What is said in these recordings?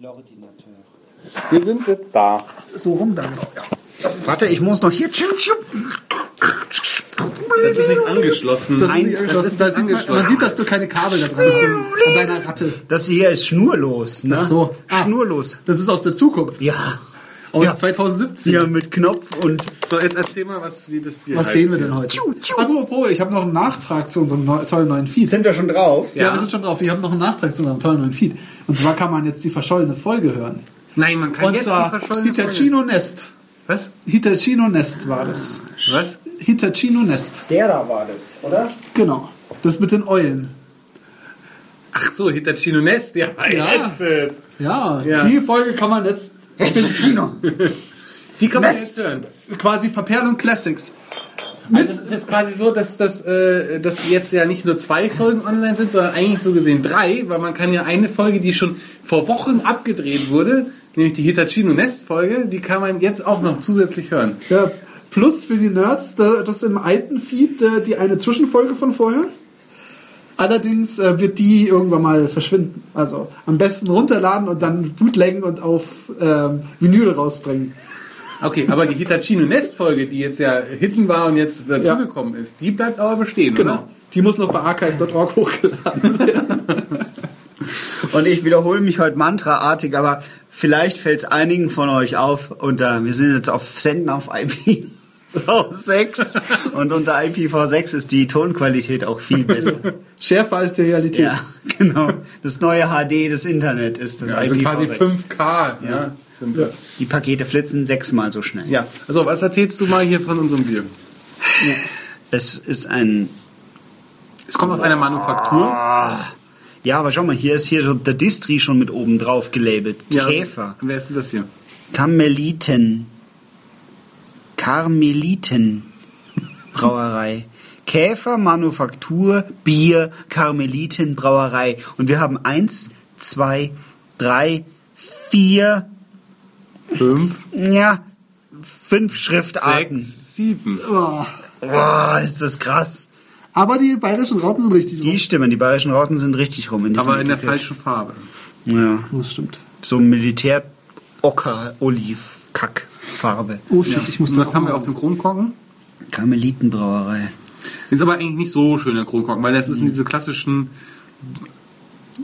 Koordinateur. Wir sind jetzt da. So rum dann, genau, ja. Warte, ich muss noch hier. Chip, chip. Das ist nicht angeschlossen. Das Nein, ist, das ist, das nicht man sieht, dass du keine Kabel da dran hast. An deiner Ratte. Das hier ist schnurlos, ne? Ach so. Ah. Schnurlos. Das ist aus der Zukunft. Ja. Aus Ja. 2017. Hier mit Knopf und So, jetzt erzähl mal, was, wie das Bier Was heißt. sehen wir denn heute? Apropos, ich habe noch einen Nachtrag zu unserem neu, tollen neuen Feed. sind wir schon drauf. ja. wir sind schon drauf. Wir haben noch einen Nachtrag zu unserem tollen neuen Feed. Und zwar kann man jetzt die verschollene Folge hören. Nein, man kann Und jetzt die zwar verschollene Folge- Hitachino Nest. Was? Hitachino Nest war das. Was? Hitachino Nest. Der da war das, oder? Genau. Das mit den Eulen. Ach so, Hitachino Nest, ja. Ja. jetzt. Ja, Ja. die Folge kann man jetzt Kino. Die kann man Nest. jetzt hören. quasi Verperlung Classics. Also es ist jetzt quasi so, dass, dass, äh, dass jetzt ja nicht nur zwei Folgen online sind, sondern eigentlich so gesehen drei, weil man kann ja eine Folge, die schon vor Wochen abgedreht wurde, nämlich die Hitachino Nest Folge, die kann man jetzt auch noch zusätzlich hören. Ja, plus für die Nerds, da- das im alten Feed, äh, die eine Zwischenfolge von vorher. Allerdings äh, wird die irgendwann mal verschwinden. Also am besten runterladen und dann bootleggen und auf ähm, Vinyl rausbringen. Okay, aber die Hitachino Nest Folge, die jetzt ja hinten war und jetzt dazugekommen ist, die bleibt aber bestehen, Genau. oder? Die muss noch bei archive.org hochgeladen. Und ich wiederhole mich heute mantraartig, aber vielleicht fällt es einigen von euch auf. Unter, wir sind jetzt auf Senden auf IPv6 und unter IPv6 ist die Tonqualität auch viel besser. Schärfer als die Realität. ja, genau. Das neue HD des Internet ist das Ja, also IPv6. quasi 5K, ja. sind das. Die Pakete flitzen sechsmal so schnell. Ja, also was erzählst du mal hier von unserem Bier? Es ist ein Es kommt aus einer Manufaktur. Ja, aber schau mal, hier ist hier schon der Distri schon mit oben drauf gelabelt. Käfer. Wer ist denn das hier? Karmeliten. Karmeliten. Brauerei. Käfer, Manufaktur, Bier, Karmeliten, Brauerei. Und wir haben eins, zwei, drei, vier, Fünf, ja, fünf Schriftarten. sechs, sieben. Oh. Boah, ist das krass. Aber die bayerischen Rauten sind richtig Die stimmen, die bayerischen Rauten sind richtig rum. In diesem Aber in der Etikett. falschen Farbe. Ja. rum. Das Oh, stimmt. so Militär-Ocker-Oliv-Kack-Farbe. Oh shit, ich muss Und das was haben wir auch auf dem Kronkorken? Karmelitenbrauerei. Ist aber eigentlich nicht so schön, der Kronkorken, weil das ist in diese klassischen.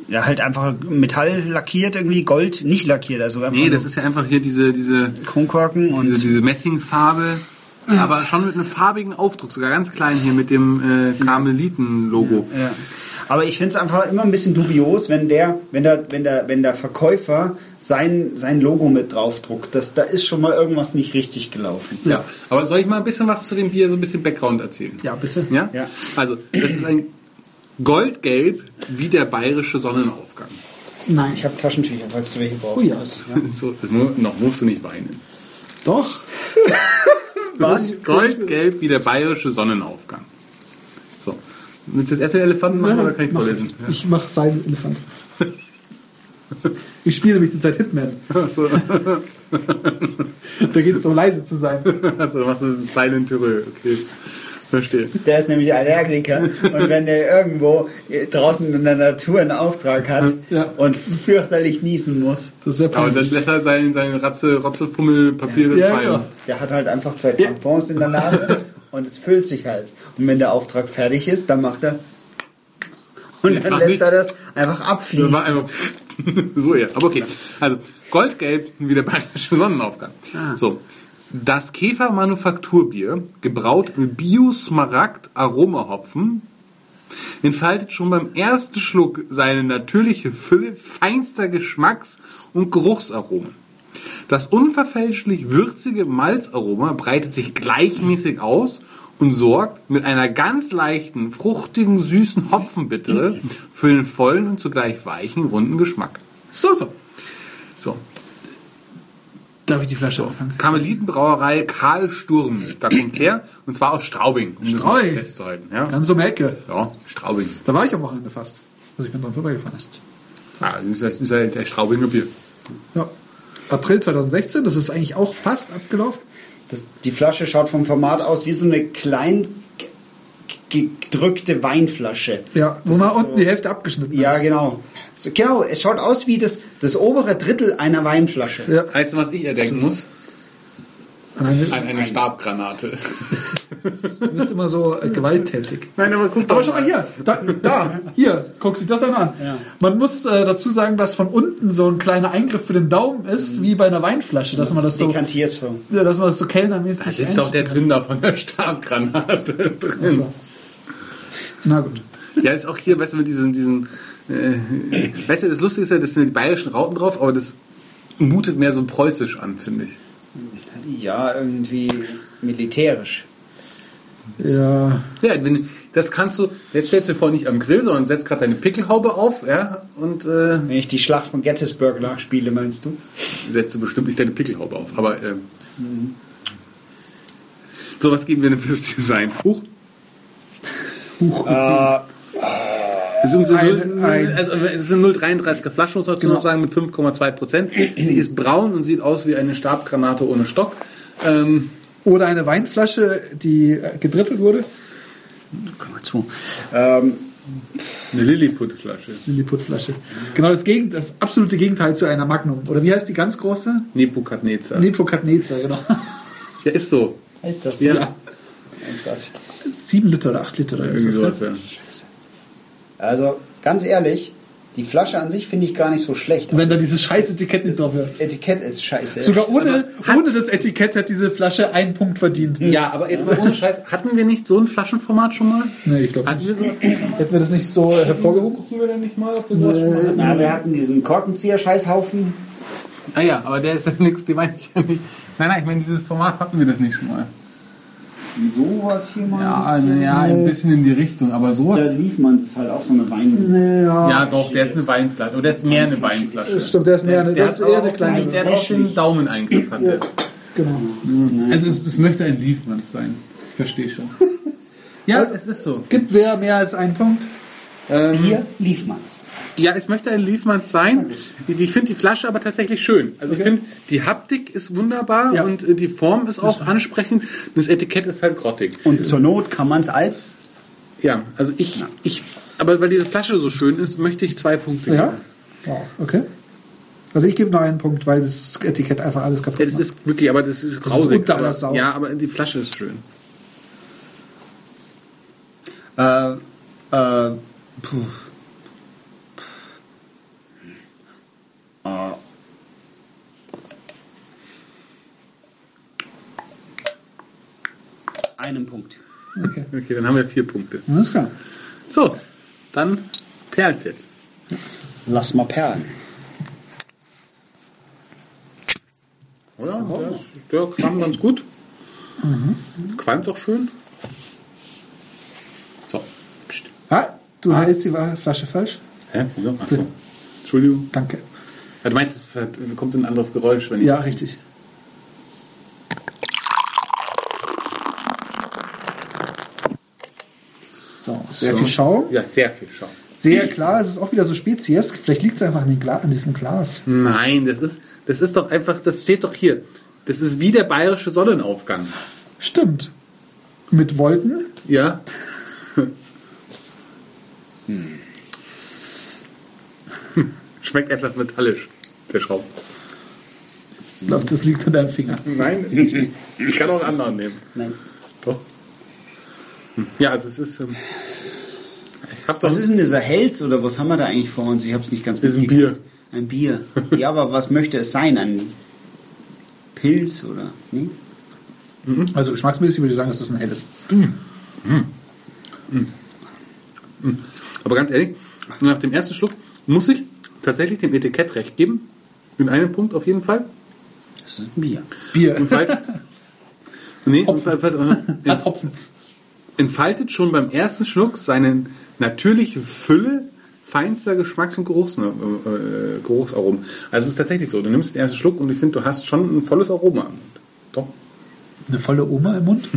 Ja, halt einfach Metall lackiert, irgendwie Gold nicht lackiert. Also einfach Nee, nur das ist ja einfach hier diese, diese, Kronkorken diese, und diese Messingfarbe. Aber schon mit einem farbigen Aufdruck, sogar ganz klein hier mit dem äh, Karmeliten-Logo. ja. Aber ich finde es einfach immer ein bisschen dubios, wenn der, wenn der, wenn der, wenn der Verkäufer sein, sein Logo mit draufdruckt. Das, da ist schon mal irgendwas nicht richtig gelaufen. Ja. aber soll ich mal ein bisschen was zu dem Bier, so ein bisschen Background erzählen? Ja, bitte. Ja? Ja. Also, das ist ein Goldgelb wie der bayerische Sonnenaufgang. Nein. Ich habe Taschentücher, falls du welche brauchst. Oh ja. Also, So, nur, noch musst du nicht weinen. Doch. Was? Goldgelb wie der bayerische Sonnenaufgang. So. Willst du jetzt erst den Elefanten machen oder kann ich mach, vorlesen? Ich mache seinen Elefant. Ich spiele mich zurzeit Hitman. Achso, Da geht es darum, leise zu sein. also, was ist ein Silent Terror? Okay. Verstehe. Der ist nämlich Allergiker und wenn der irgendwo draußen in der Natur einen Auftrag hat Ja. und fürchterlich niesen muss, Das wäre Aber dann peinlich. lässt er seinen, seinen Ratze, Rotzefummel Papiere Ja, fallen. ja. der hat halt einfach zwei Tampons in der Nase und es füllt sich halt. Und wenn der Auftrag fertig ist, dann macht er und dann Mach lässt nicht. er das einfach Das abfließen. war einfach so, ja. Aber okay. Also, goldgelb wie der bayerische Sonnenaufgang. So. Das Käfer-Manufakturbier, gebraut mit Bio-Smaragd-Aromahopfen, entfaltet schon beim ersten Schluck seine natürliche Fülle feinster Geschmacks- und Geruchsaromen. Das unverfälschlich würzige Malzaroma breitet sich gleichmäßig aus und sorgt mit einer ganz leichten, fruchtigen, süßen Hopfenbittere für den vollen und zugleich weichen, runden Geschmack. So, so. So, Darf ich die Flasche aufhängen? Karmelitenbrauerei Karl Sturm, da kommt's her, und zwar aus Straubing, um das mal Straubing. festzuhalten. Ja, Ganz um die Ecke. ja Straubing. Da war ich am Wochenende fast. Also ich bin dran vorbeigefahren. Ja, Ah, das ist ja, das ist ja der Straubinger Bier. Ja. April 2016, das ist eigentlich auch fast abgelaufen. Das, die Flasche schaut vom Format aus wie so eine klein ge- ge- gedrückte Weinflasche. Ja, wo Das man ist unten so- die Hälfte abgeschnitten Ja, hat. genau. So, genau, es schaut aus wie das, das obere Drittel einer Weinflasche. Ja. Weißt du, was ich erdenken muss? Dann An eine Stabgranate. bist du immer so äh, gewalttätig. Nein, aber guck Aber schau mal hier, da, da hier, guck sich das dann an. Ja. Man muss äh, dazu sagen, dass von unten so ein kleiner Eingriff für den Daumen ist, Mhm. wie bei einer Weinflasche, dass man das so, dekantiert so. ja, dass man das so kellnermäßig Da sitzt auch der Zünder von der Stabgranate drin. einstellt. So. Na gut. Ja, ist auch hier, weißt du, mit diesen, diesen äh, weißt du, das Lustige ist ja, das sind die bayerischen Rauten drauf, aber das mutet mehr so preußisch an, finde ich. Ja, irgendwie militärisch. Ja, Ja, wenn, das kannst du, jetzt stellst du dir vor, nicht am Grill, sondern setzt gerade deine Pickelhaube auf, ja, und äh, Wenn ich die Schlacht von Gettysburg nachspiele, meinst du? setzt du bestimmt nicht deine Pickelhaube auf, aber äh, so, was geben wir denn fürs Design? Huch. Äh, Es sind so Eine, null- eins. also, es sind 0,33er Flaschen, muss man dazu noch sagen, mit 5,2 Prozent. Sie ist braun und sieht aus wie eine Stabgranate ohne Stock. Ähm, Oder eine Weinflasche, die äh, gedrittelt wurde. komm mal zu. Ähm, eine Lilliput-Flasche. Lilliput-Flasche. Genau das, Gegen, das absolute Gegenteil zu einer Magnum. Oder wie heißt die ganz große? Nebukadnezar. Nepocatneza, genau. ja, ist so. heißt das Ja, Oh Gott. 7 Liter oder 8 Liter oder irgendwie was sowas, das, ne? ja. Also, ganz ehrlich, die Flasche an sich finde ich gar nicht so schlecht. Wenn da dieses scheiß Etikett nicht das drauf wäre. Etikett ist scheiße. Sogar ohne, ohne das Etikett hat diese Flasche einen Punkt verdient. Ja, aber jetzt mal ohne Scheiß, hatten wir nicht so ein Flaschenformat schon mal? Nee, ich glaube Hatten nicht. wir sowas nicht schon mal? Hätten wir das nicht so äh, hervorgehoben? Gucken wir denn nicht mal, ob wir sowas schon mal hatten? Na, wir hatten diesen Korkenzieher-Scheißhaufen. Ah ja, aber der ist ja nix, den meine ich ja nicht. Nein, nein, ich meine, dieses Format hatten wir das nicht schon mal. äh, Sowas hier mal Ja, ein, ja, ein bisschen in die Richtung, aber sowas. Da lief man es halt auch so eine Wein. Ja, Ja, doch, der ist eine Weinflasche. Oder der ist mehr eine Weinflasche. Stimmt, der ist mehr eine, Der der ist hat eher auch eine kleine. einen- Der hat auch den Daumeneingriff hat der. Genau. Also es, es möchte ein Liefmann sein. Ich verstehe schon. Ja, es ist so. Gibt wer mehr als einen Punkt? Hier lief man's. Ja, es möchte ein Liefmanns sein. Ich, ich finde die Flasche aber tatsächlich schön. Also ich finde, die Haptik ist wunderbar Ja. und äh, die Form ist auch ansprechend. Das Etikett ist halt grottig. Und zur Not kann man es als. Ja, also ich, ich, aber weil diese Flasche so schön ist, möchte ich zwei Punkte geben. Ja? Wow, okay. Also ich gebe nur einen Punkt, weil das Etikett einfach alles kaputt Ja, das macht. ist wirklich, aber das ist grausig. unter aller aber, Sau. Ja, aber die Flasche ist schön. Äh, äh, puh. Äh, Einen Punkt. Okay. Okay, dann haben wir vier Punkte. Alles klar. So, dann perlt jetzt. Lass mal perlen. Oder? Oh. Der, ist, der kam ganz gut. Mhm. Qualmt doch schön. So. Psst. Ah, du hältst die Flasche falsch? Hä? Wieso? Achso. Entschuldigung. Danke. Ja, du meinst, es ver- kommt ein anderes Geräusch, wenn ich. Ja, richtig. So, sehr viel Schaum. Ja, sehr viel Schaum. Sehr klar, es ist auch wieder so speziesk. Vielleicht liegt es einfach an, den Gla an diesem Glas. Hm. Nein, das ist, das ist doch einfach, das steht doch hier. Das ist wie der bayerische Sonnenaufgang. Stimmt. Mit Wolken. Ja? Hm. Schmeckt etwas metallisch, der Schaum. Ich glaube, das liegt an deinem Finger. Nein, ich kann auch einen anderen nehmen. Nein. Doch. Hm. Ja, also es ist. Ähm, ich hab's Was auch. ist denn dieser Hels oder was haben wir da eigentlich vor uns? Ich hab's nicht ganz Ist ein mitgekriegt. Ein Bier. Ja, aber was möchte es sein? Ein Pilz oder? Nee? Hm. Also geschmacksmäßig würde ich sagen, es ist ein helles. Aber ganz ehrlich, nach dem ersten Schluck muss ich tatsächlich dem Etikett recht geben. In einem Punkt auf jeden Fall. Das ist ein Bier. Bier. Entfaltet. nee, Hopfen. entfaltet, Hat Hopfen. entfaltet schon beim ersten Schluck seine natürliche Fülle feinster Geschmacks- und Geruchs, äh, Geruchsaromen. Also es ist tatsächlich so, du nimmst den ersten Schluck und ich finde, du hast schon ein volles Aroma. Doch. Eine volle Oma im Mund.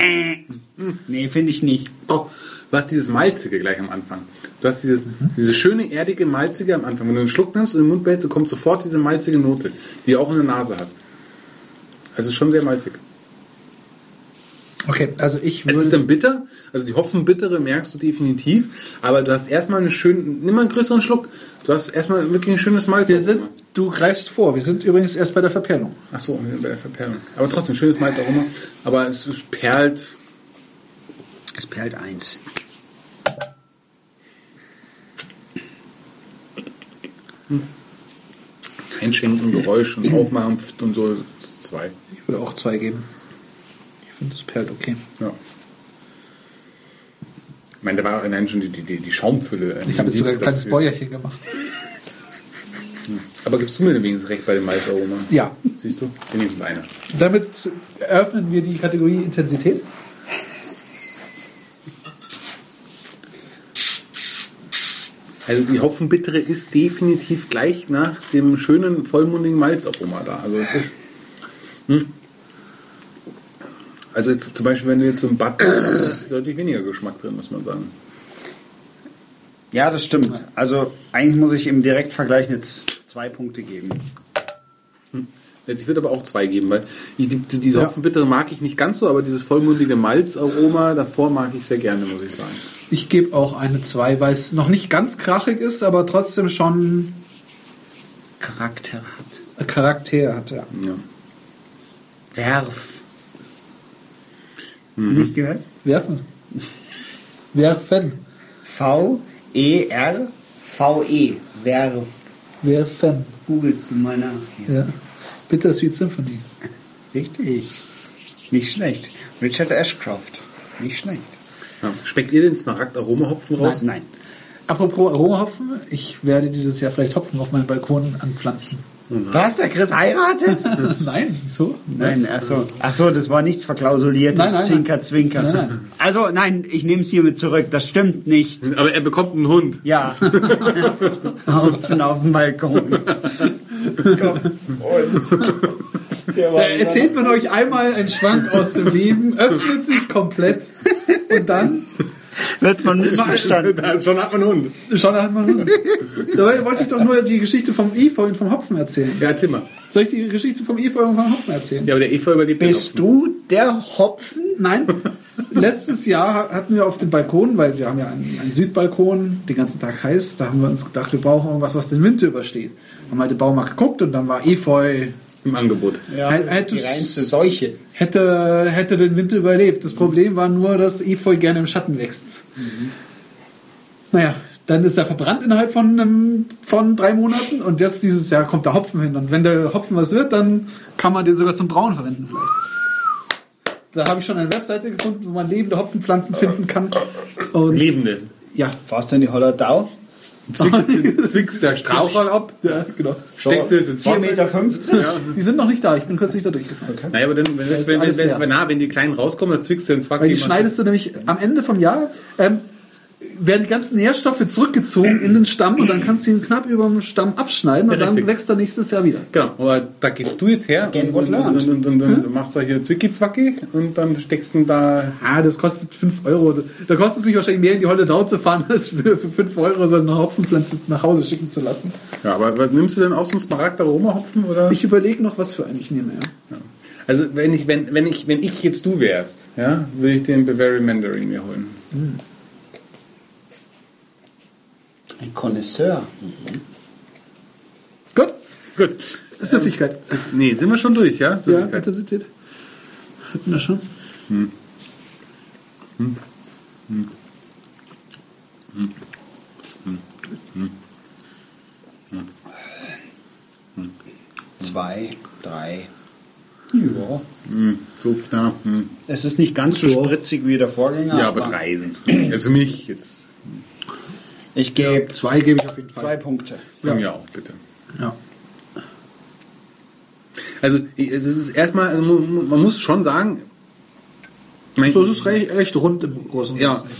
Äh. Nee, finde ich nicht. Doch, Oh, du hast dieses Malzige gleich am Anfang. Du hast dieses, Mhm. diese schöne, erdige Malzige am Anfang. Wenn du einen Schluck nimmst und in den Mund behältst, kommt sofort diese malzige Note, die du auch in der Nase hast. Also schon sehr malzig. Okay, also ich Es ist würde. dann bitter, also die Hopfenbittere merkst du definitiv, aber du hast erstmal einen schönen, nimm mal einen größeren Schluck, du hast erstmal wirklich ein schönes Malz. Wir sind, du greifst vor. Wir sind übrigens erst bei der Verperlung. Achso, wir sind bei der Verperlung. Aber trotzdem, schönes Malzaroma, aber es ist perlt. Es perlt eins. Einschenken, Geräusch und aufmachen Pft und so. Zwei. Ich würde auch zwei geben. Ich finde, es perlt okay. Ja. Ich meine, da war auch allein schon die, die, die die Schaumfülle. äh, ein Ich habe jetzt sogar ein Indiz kleines dafür. Bäuerchen gemacht. Aber gibst du mir wenigstens recht bei dem Malzaroma? Ja. Siehst du? Wenigstens eine. Damit eröffnen wir die Kategorie Intensität. Also die Hopfenbittere ist definitiv gleich nach dem schönen vollmundigen Malzaroma da. Also es ist. Hm. Also jetzt zum Beispiel, wenn du jetzt so ein Bad machst, da ist deutlich weniger Geschmack drin, muss man sagen. Ja, das stimmt. Also eigentlich muss ich im Direktvergleich jetzt zwei Punkte geben. Ich würde aber auch zwei geben, weil die, die, diese Ja. Hopfenbittere mag ich nicht ganz so, aber dieses vollmundige Malzaroma davor mag ich sehr gerne, muss ich sagen. Ich gebe auch eine 2, weil es noch nicht ganz krachig ist, aber trotzdem schon Charakter hat. Charakter hat. Ja. Ja. Werf. Nicht gehört? Werfen. Werfen. E, V-E-R-V-E. Werf. Werfen. Googelst E. du mal nach. hier. Ja. Bitter Sweet Symphony. Richtig. Nicht schlecht. Richard Ashcroft. Nicht schlecht. Ja. Schmeckt ihr den Smaragd-Aroma-Hopfen raus? Nein. Apropos Aromahopfen, ich werde dieses Jahr vielleicht Hopfen auf meinen Balkon anpflanzen. Was? Der Chris heiratet? Nein, wieso? Nein, ach so. Ach so, das war nichts verklausuliertes. Nein, nein, zwinker, nein. zwinker. Nein, nein. Also, nein, ich nehme es hiermit zurück. Das stimmt nicht. Aber er bekommt einen Hund. Ja. Hopfen auf dem Balkon. Da erzählt man euch einmal einen Schwank aus dem Leben, öffnet sich komplett und dann Wird man missverstanden. Da- Schon hat man einen Hund. schon hat man Hunger. Dabei wollte ich doch nur die Geschichte vom Efeu und vom Hopfen erzählen. Ja, erzähl mal. Soll ich die Geschichte vom Efeu und vom Hopfen erzählen? Ja, aber der Efeu überlebt den Hopfen. Bist du der Hopfen? Nein. Letztes Jahr hatten wir auf dem Balkon, weil wir haben ja einen, einen Südbalkon, den ganzen Tag heiß, da haben wir uns gedacht, wir brauchen irgendwas, was den Winter übersteht. Haben halt den Baumarkt geguckt und dann war Efeu. im Angebot. Ja, hätte, Seuche. hätte, hätte den Winter überlebt. Das Problem war nur, dass Efeu gerne im Schatten wächst. Naja, dann ist er verbrannt innerhalb von, einem, von drei Monaten und jetzt dieses Jahr kommt der Hopfen hin. Und wenn der Hopfen was wird, dann kann man den sogar zum Brauen verwenden vielleicht. Da habe ich schon eine Webseite gefunden, wo man lebende Hopfenpflanzen finden kann. Und Lebende. ja, Warst du in die Hollertau? Zwickst, den- zwickst der Strauchroll ab, ja genau. steckst es ins Wasser. 4,50 Meter? Ja. Die sind noch nicht da, ich bin kürzlich da durchgefahren. Naja, aber dann, wenn, ist wenn, wenn, alles wenn, leer. wenn, na, wenn die Kleinen rauskommen, dann zwickst du den Zwack. Weil die schneidest du nämlich am Ende vom Jahr, ähm, werden die ganzen Nährstoffe zurückgezogen in den Stamm und dann kannst du ihn knapp über dem Stamm abschneiden und dann Richtig. wächst er nächstes Jahr wieder. Genau, aber da gehst du jetzt her Again, und, what und, learned? und, und, und, und machst da hier Zwicki-Zwacki und dann steckst du ihn da. Ah, das kostet 5 Euro. Da kostet es mich wahrscheinlich mehr, in die Holle Dau zu fahren, als für 5 Euro so eine Hopfenpflanze nach Hause schicken zu lassen. Ja, aber was nimmst du denn auch so einen Smaragd-Aroma-Hopfen? oder? Ich überlege noch, was für einen ich nehme. Ja. Also wenn ich, wenn, wenn ich, wenn ich jetzt du wärst, ja, würde ich den Bavarian Mandarin mir holen. Ein Connoisseur. Gut, Gut. ist Süffigkeit. Nee, sind wir schon durch, ja? Ja, Süffigkeit. Intensität. Hatten wir schon. Zwei, drei. Ja. so, na, hm. Es ist nicht ganz so spritzig wie der Vorgänger. ja, aber drei sind es für mich. Also für mich jetzt. Ich gebe Zwei gebe ich auf jeden Fall. zwei Punkte. Von mir auch, bitte. Ja. Also ich- es ist erstmal, also, mu- mu- man muss schon sagen, mein, So ist es recht, recht rund im Großen und ja, Ganzen.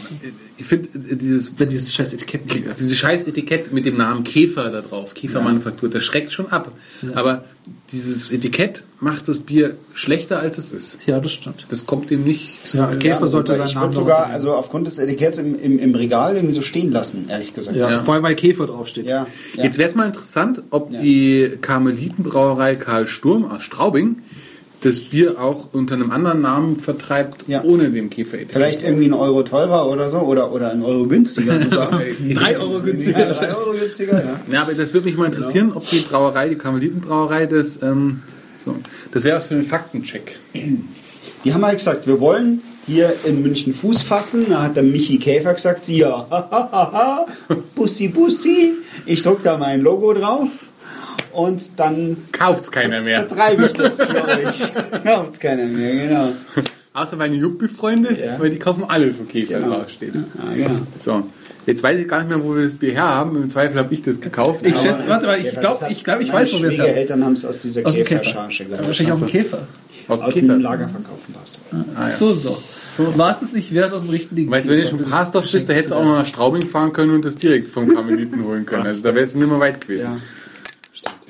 ich finde äh, dieses Wenn dieses scheiß Etikett nicht wäre. dieses scheiß Etikett mit dem Namen Käfer da drauf, Käfermanufaktur, das schreckt schon ab. Aber dieses Etikett macht das Bier schlechter, als es ist. Ja, das stimmt. Das kommt dem nicht zu. Ja, Käfer sollte ich sein würde sogar, also aufgrund des Etiketts im, im, im Regal irgendwie so stehen lassen, ehrlich gesagt. ja, Ja. Vor allem, weil Käfer draufsteht. ja. ja. Jetzt wäre es mal interessant, ob Ja. die Karmelitenbrauerei Karl Sturm aus Straubing das Bier auch unter einem anderen Namen vertreibt, Ja. ohne dem Käferetikett. Vielleicht irgendwie einen Euro teurer oder so oder, oder einen Euro günstiger sogar. Drei Euro günstiger. ja, drei Euro günstiger, ja. Ja, aber das würde mich mal interessieren, Genau. ob die Brauerei, die Karmelitenbrauerei, das, ähm, so, das wäre was für einen Faktencheck. Die haben halt gesagt, wir wollen hier in München Fuß fassen. Da hat der Michi Käfer gesagt, ja, Bussi Bussi, ich druck da mein Logo drauf und dann Kauft's keiner mehr. vertreibe ich das für euch. Kauft keiner mehr, genau. Außer meine Juppie-Freunde, Ja. weil die kaufen alles, wo Käfer draufsteht. Ah, genau. So, jetzt weiß ich gar nicht mehr, wo wir das Bier her haben. Im Zweifel habe ich das gekauft. Ich aber- schätze, warte mal, ich Ja, glaube, das ich, glaub, ich meine weiß, wo wir es Schwiegereltern haben. haben es aus dieser Aus dem Käfer. Käfercharge, glaube ich. Wahrscheinlich auf dem Käfer. aus, Aus Käfer. dem Lager verkaufen warst du. So, so. War es es nicht wert, aus dem richtigen Weißt du, wenn du schon Pasdorf bist, da hättest du auch mal nach Straubing fahren können und das direkt vom Karmeliten holen können. Also da wäre es nicht mehr weit gewesen.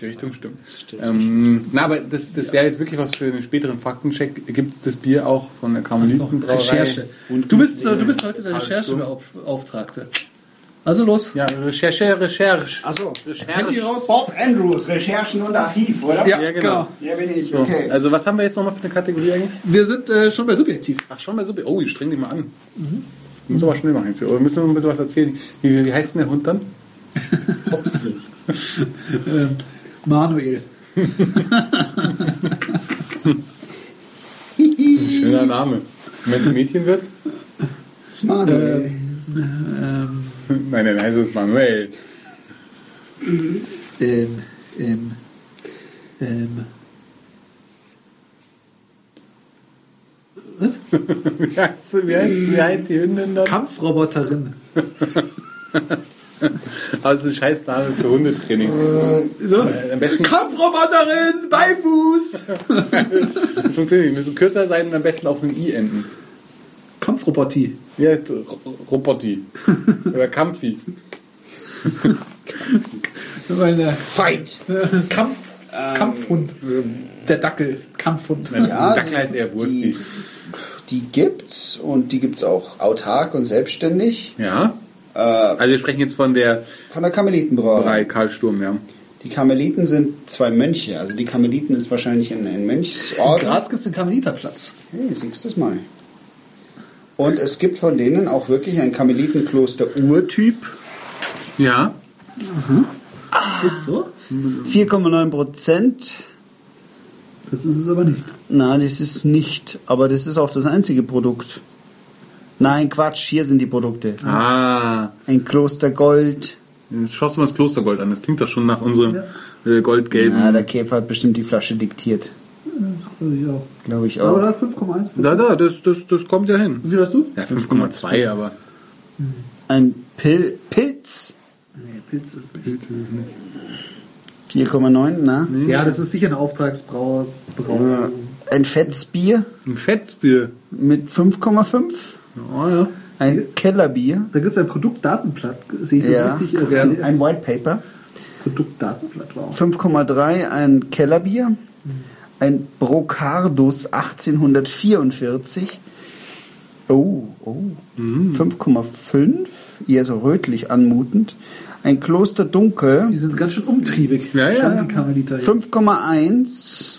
Die Richtung stimmt. Ähm, na, aber das, das wäre jetzt wirklich was für einen späteren Faktencheck. Gibt es das Bier auch von der Karmelitenbrauerei? Recherche. Und- Du bist, äh, du bist heute der Zahl stumm. Recherchebeauftragte. Also los. Ja, Recherche, Recherche. Achso. Recherche. Bob Andrews, Recherchen und Archiv, oder? Ja, genau. Hier bin ich. So, Also was haben wir jetzt nochmal für eine Kategorie eigentlich? Wir sind äh, schon bei subjektiv. Ach, schon mal so. Oh, ich streng dich mal an. Mhm. Muss aber schnell machen jetzt. hier. Oder müssen wir noch ein bisschen was erzählen? Wie, wie heißt denn der Hund dann? Ähm, Manuel. Schöner Name. Und wenn es ein Mädchen wird? Manuel. Ähm, Nein, dann heißt es Manuel. ähm, ähm, ähm. Wie heißt, wie heißt, wie heißt die Hündin dann? Kampfroboterin. Also scheiß Name für Hundetraining. Äh, So. Am besten Kampfroboterin bei Fuß. das funktioniert nicht. Die müssen kürzer sein und am besten auf ein I enden. Kampfroboti. Ja, Ro- Roboti. Oder Kampfi. Meine Fight. Kampf, Ähm, Kampfhund. ähm, Der Dackel. Kampfhund. Ja, Dackel Also, heißt eher Wursti. Die gibt's und die gibt's auch autark und selbstständig Ja. Äh. Also wir sprechen jetzt von der von der Karmelitenbrauerei. Brauerei Karl Sturm, ja. Die Karmeliten sind zwei Mönche. Also die Karmeliten ist wahrscheinlich ein, ein In Mönchsorden. Graz gibt es den Karmeliterplatz. Hey, siehst du's mal. Und es gibt von denen auch wirklich ein Karmelitenkloster Urtyp. Ja. Ist das so? 4,9 Prozent. Das ist es aber nicht. Nein, das ist nicht. Aber das ist auch das einzige Produkt. Nein, Quatsch, hier sind die Produkte. Ah. Ein Kloster Gold. Jetzt schaust du mal das Klostergold an. Das klingt doch schon nach unserem äh, goldgelben. Ja, Ah, der Käfer hat bestimmt die Flasche diktiert. Ja. Glaube ich Aber auch. dann 5,1. Da, da, das, das, das kommt ja hin. Wie viel hast du? Ja, 5,2, aber. Ein Pil Pilz. Nee, Pilz ist nicht. 4,9, ne? Ja, das ist sicher eine Auftragsbrauer. Brauer. Ein Fetzbier Ein Fettbier. mit 5,5. Oh, ja. Ein Kellerbier. Da gibt es ein Produktdatenblatt. Sehe ich das Ja. richtig? Das ist ein Ein White Paper. Produktdatenblatt. Wow. 5,3. Ein Kellerbier. Ein Brocardus 1844. Oh, oh. Mm. 5,5. Eher so rötlich anmutend. Ein Kloster Dunkel. Die sind ganz schön umtriebig. Ja, ja, Schon ja. die Karmeliter. 5,1.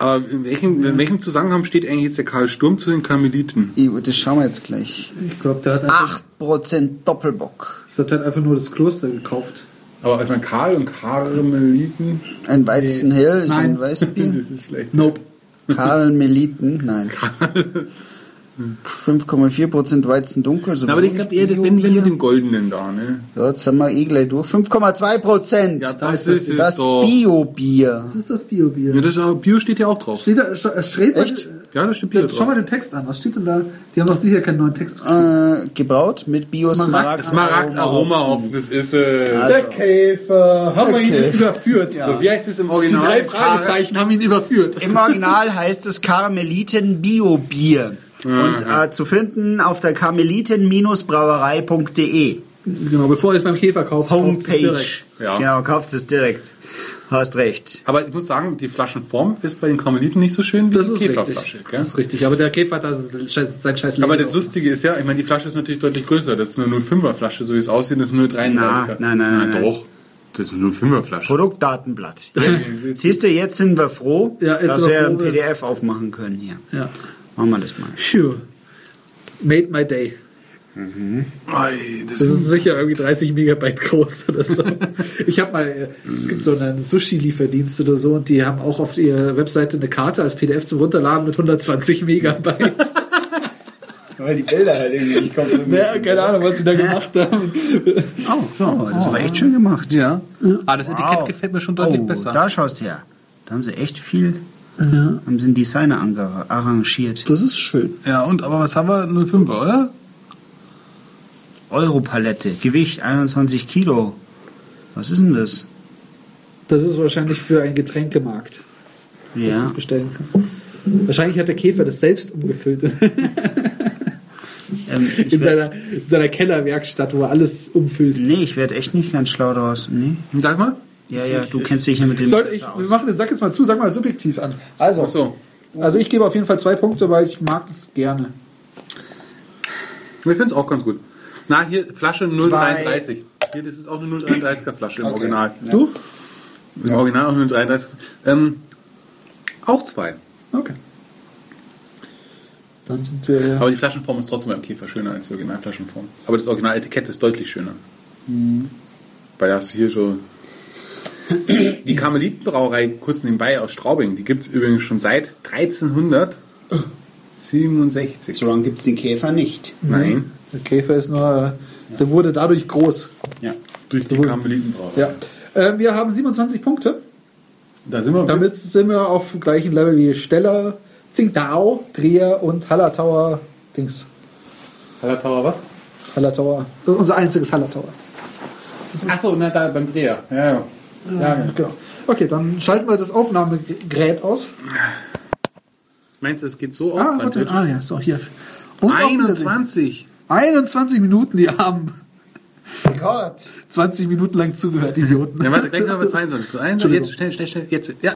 Aber in welchem, in welchem Zusammenhang steht eigentlich jetzt der Karl Sturm zu den Karmeliten? Ew, Das schauen wir jetzt gleich. Ich glaube, der, hat einfach- 8% Doppelbock. ich glaub, der hat einfach nur das Kloster gekauft. Aber ich meine, Karl und Karmeliten, Ein Weizenhell ist Nein. ein Weißbier. das ist schlecht. Nope. Karl Meliten, nein. 5,4% Weizen dunkel. Na, aber ich glaube eher, das wenn wir mit dem Goldenen da, ne? Ja, jetzt sind wir eh gleich durch. 5,2%! Ja, Da das, ist ist es das doch. Bio-Bier. Das ist das Bio-Bier. Ja, das ist, aber Bio steht ja auch drauf. Steht da, sch- äh, schräg Echt? Ja, da steht Bio Schau mal drauf. den Text an. Was steht denn da? Die haben doch sicher keinen neuen Text geschrieben. Äh, gebraut mit Also, Smaragd- Bio-Smaragd. Smaragd-Aroma-Hopfen, das ist es. also, der Käfer. Haben wir Okay. überführt, ja. So, wie heißt es im Die Original? drei Fragezeichen haben ihn überführt. Im Original heißt es Karmeliten Bio-Bier. Und äh, zu finden auf der karmeliten-brauerei.de. Genau, bevor ihr es beim Käfer kauft, kauft es Homepage. direkt. Ja. Genau, kauft es direkt. Hast recht. Aber ich muss sagen, die Flaschenform ist bei den Karmeliten nicht so schön wie Das die ist Käferflasche. richtig. Gell? Das ist richtig. Aber der Käfer hat da scheiß- sein scheiß Aber Leben das Lustige ist ja, ich meine, die Flasche ist natürlich deutlich größer. Das ist eine 05er Flasche, so wie es aussieht, das ist eine 0,33er. Na, nein, nein, nein, Na, nein. doch. Das sind nur Fünferflaschen. Produktdatenblatt. Siehst du, jetzt sind wir froh, Ja, jetzt dass sind wir wir froh, ein dass- PDF aufmachen können hier. Ja. Machen wir das mal. Phew. Made my day. Ei, das Das ist sicher irgendwie 30 Megabyte groß oder so. Ich habe mal, äh, es gibt so einen Sushi-Lieferdienst oder so und die haben auch auf ihrer Webseite eine Karte als PDF zum Runterladen mit 120 Megabyte. Weil die Bilder halt irgendwie nicht kommen. Ja, genau. keine Ahnung, was sie da gemacht haben. Oh, so, das war echt schön gemacht. ja. Ah, das Etikett gefällt mir schon deutlich oh, besser. Da schaust du her. Da haben sie echt viel. Haben sie einen Designer ange- arrangiert. Das ist schön. Ja, und aber was haben wir? 05er, oder? Europalette, Gewicht 21 Kilo. Was ist denn das? Das ist wahrscheinlich für einen Getränkemarkt, dass du Ja. es bestellen kannst. Wahrscheinlich hat der Käfer das selbst umgefüllt in Ähm, ich werd, seiner, in seiner Kellerwerkstatt, wo er alles umfüllt. nee, ich werde echt nicht ganz schlau daraus. Nee. Sag mal. Ja, ja, du kennst dich ja mit dem. Sollte ich, besser wir aus. machen den Sack jetzt mal zu, sag mal subjektiv an. Also, Ach so. also ich gebe auf jeden Fall zwei Punkte, weil ich mag das gerne. Ich finde es auch ganz gut. Na, hier Flasche Zwei. 033. Hier, das ist auch eine 033er Flasche im Original. Du? Im Original auch eine 033. Ähm, auch zwei. Okay. Dann sind wir ja. Aber die Flaschenform ist trotzdem beim Käfer schöner als die Originalflaschenform. Aber das Originaletikett ist deutlich schöner. Weil da hast du hier so. Die Karmelitenbrauerei kurz nebenbei aus Straubing, die gibt es übrigens schon seit 1367. So lange gibt es den Käfer nicht. Nein. Der Käfer ist nur. Der wurde dadurch groß. Ja. Durch die Karmelitenbrauerei. Ja. Ähm, wir haben 27 Punkte. Da sind wir Damit sind wir auf dem gleichen Level wie Steller, Tsingtao, Trier und Hallertauer. Dings. Hallertauer was? Hallertauer. Unser einziges Hallertauer. Achso, na da beim Dreher. Ja, ja. Ja, genau. Okay, dann schalten wir das Aufnahmegerät aus. Meinst du, es geht so Ah, auf? warte, ah ja, so hier. Und auf Wiedersehen. 21! 21 Minuten, die haben Gott. 20 Minuten lang zugehört, Idioten. Ja, warte, gleich sind wir bei 22. Jetzt, schnell, schnell, schnell. Jetzt, ja.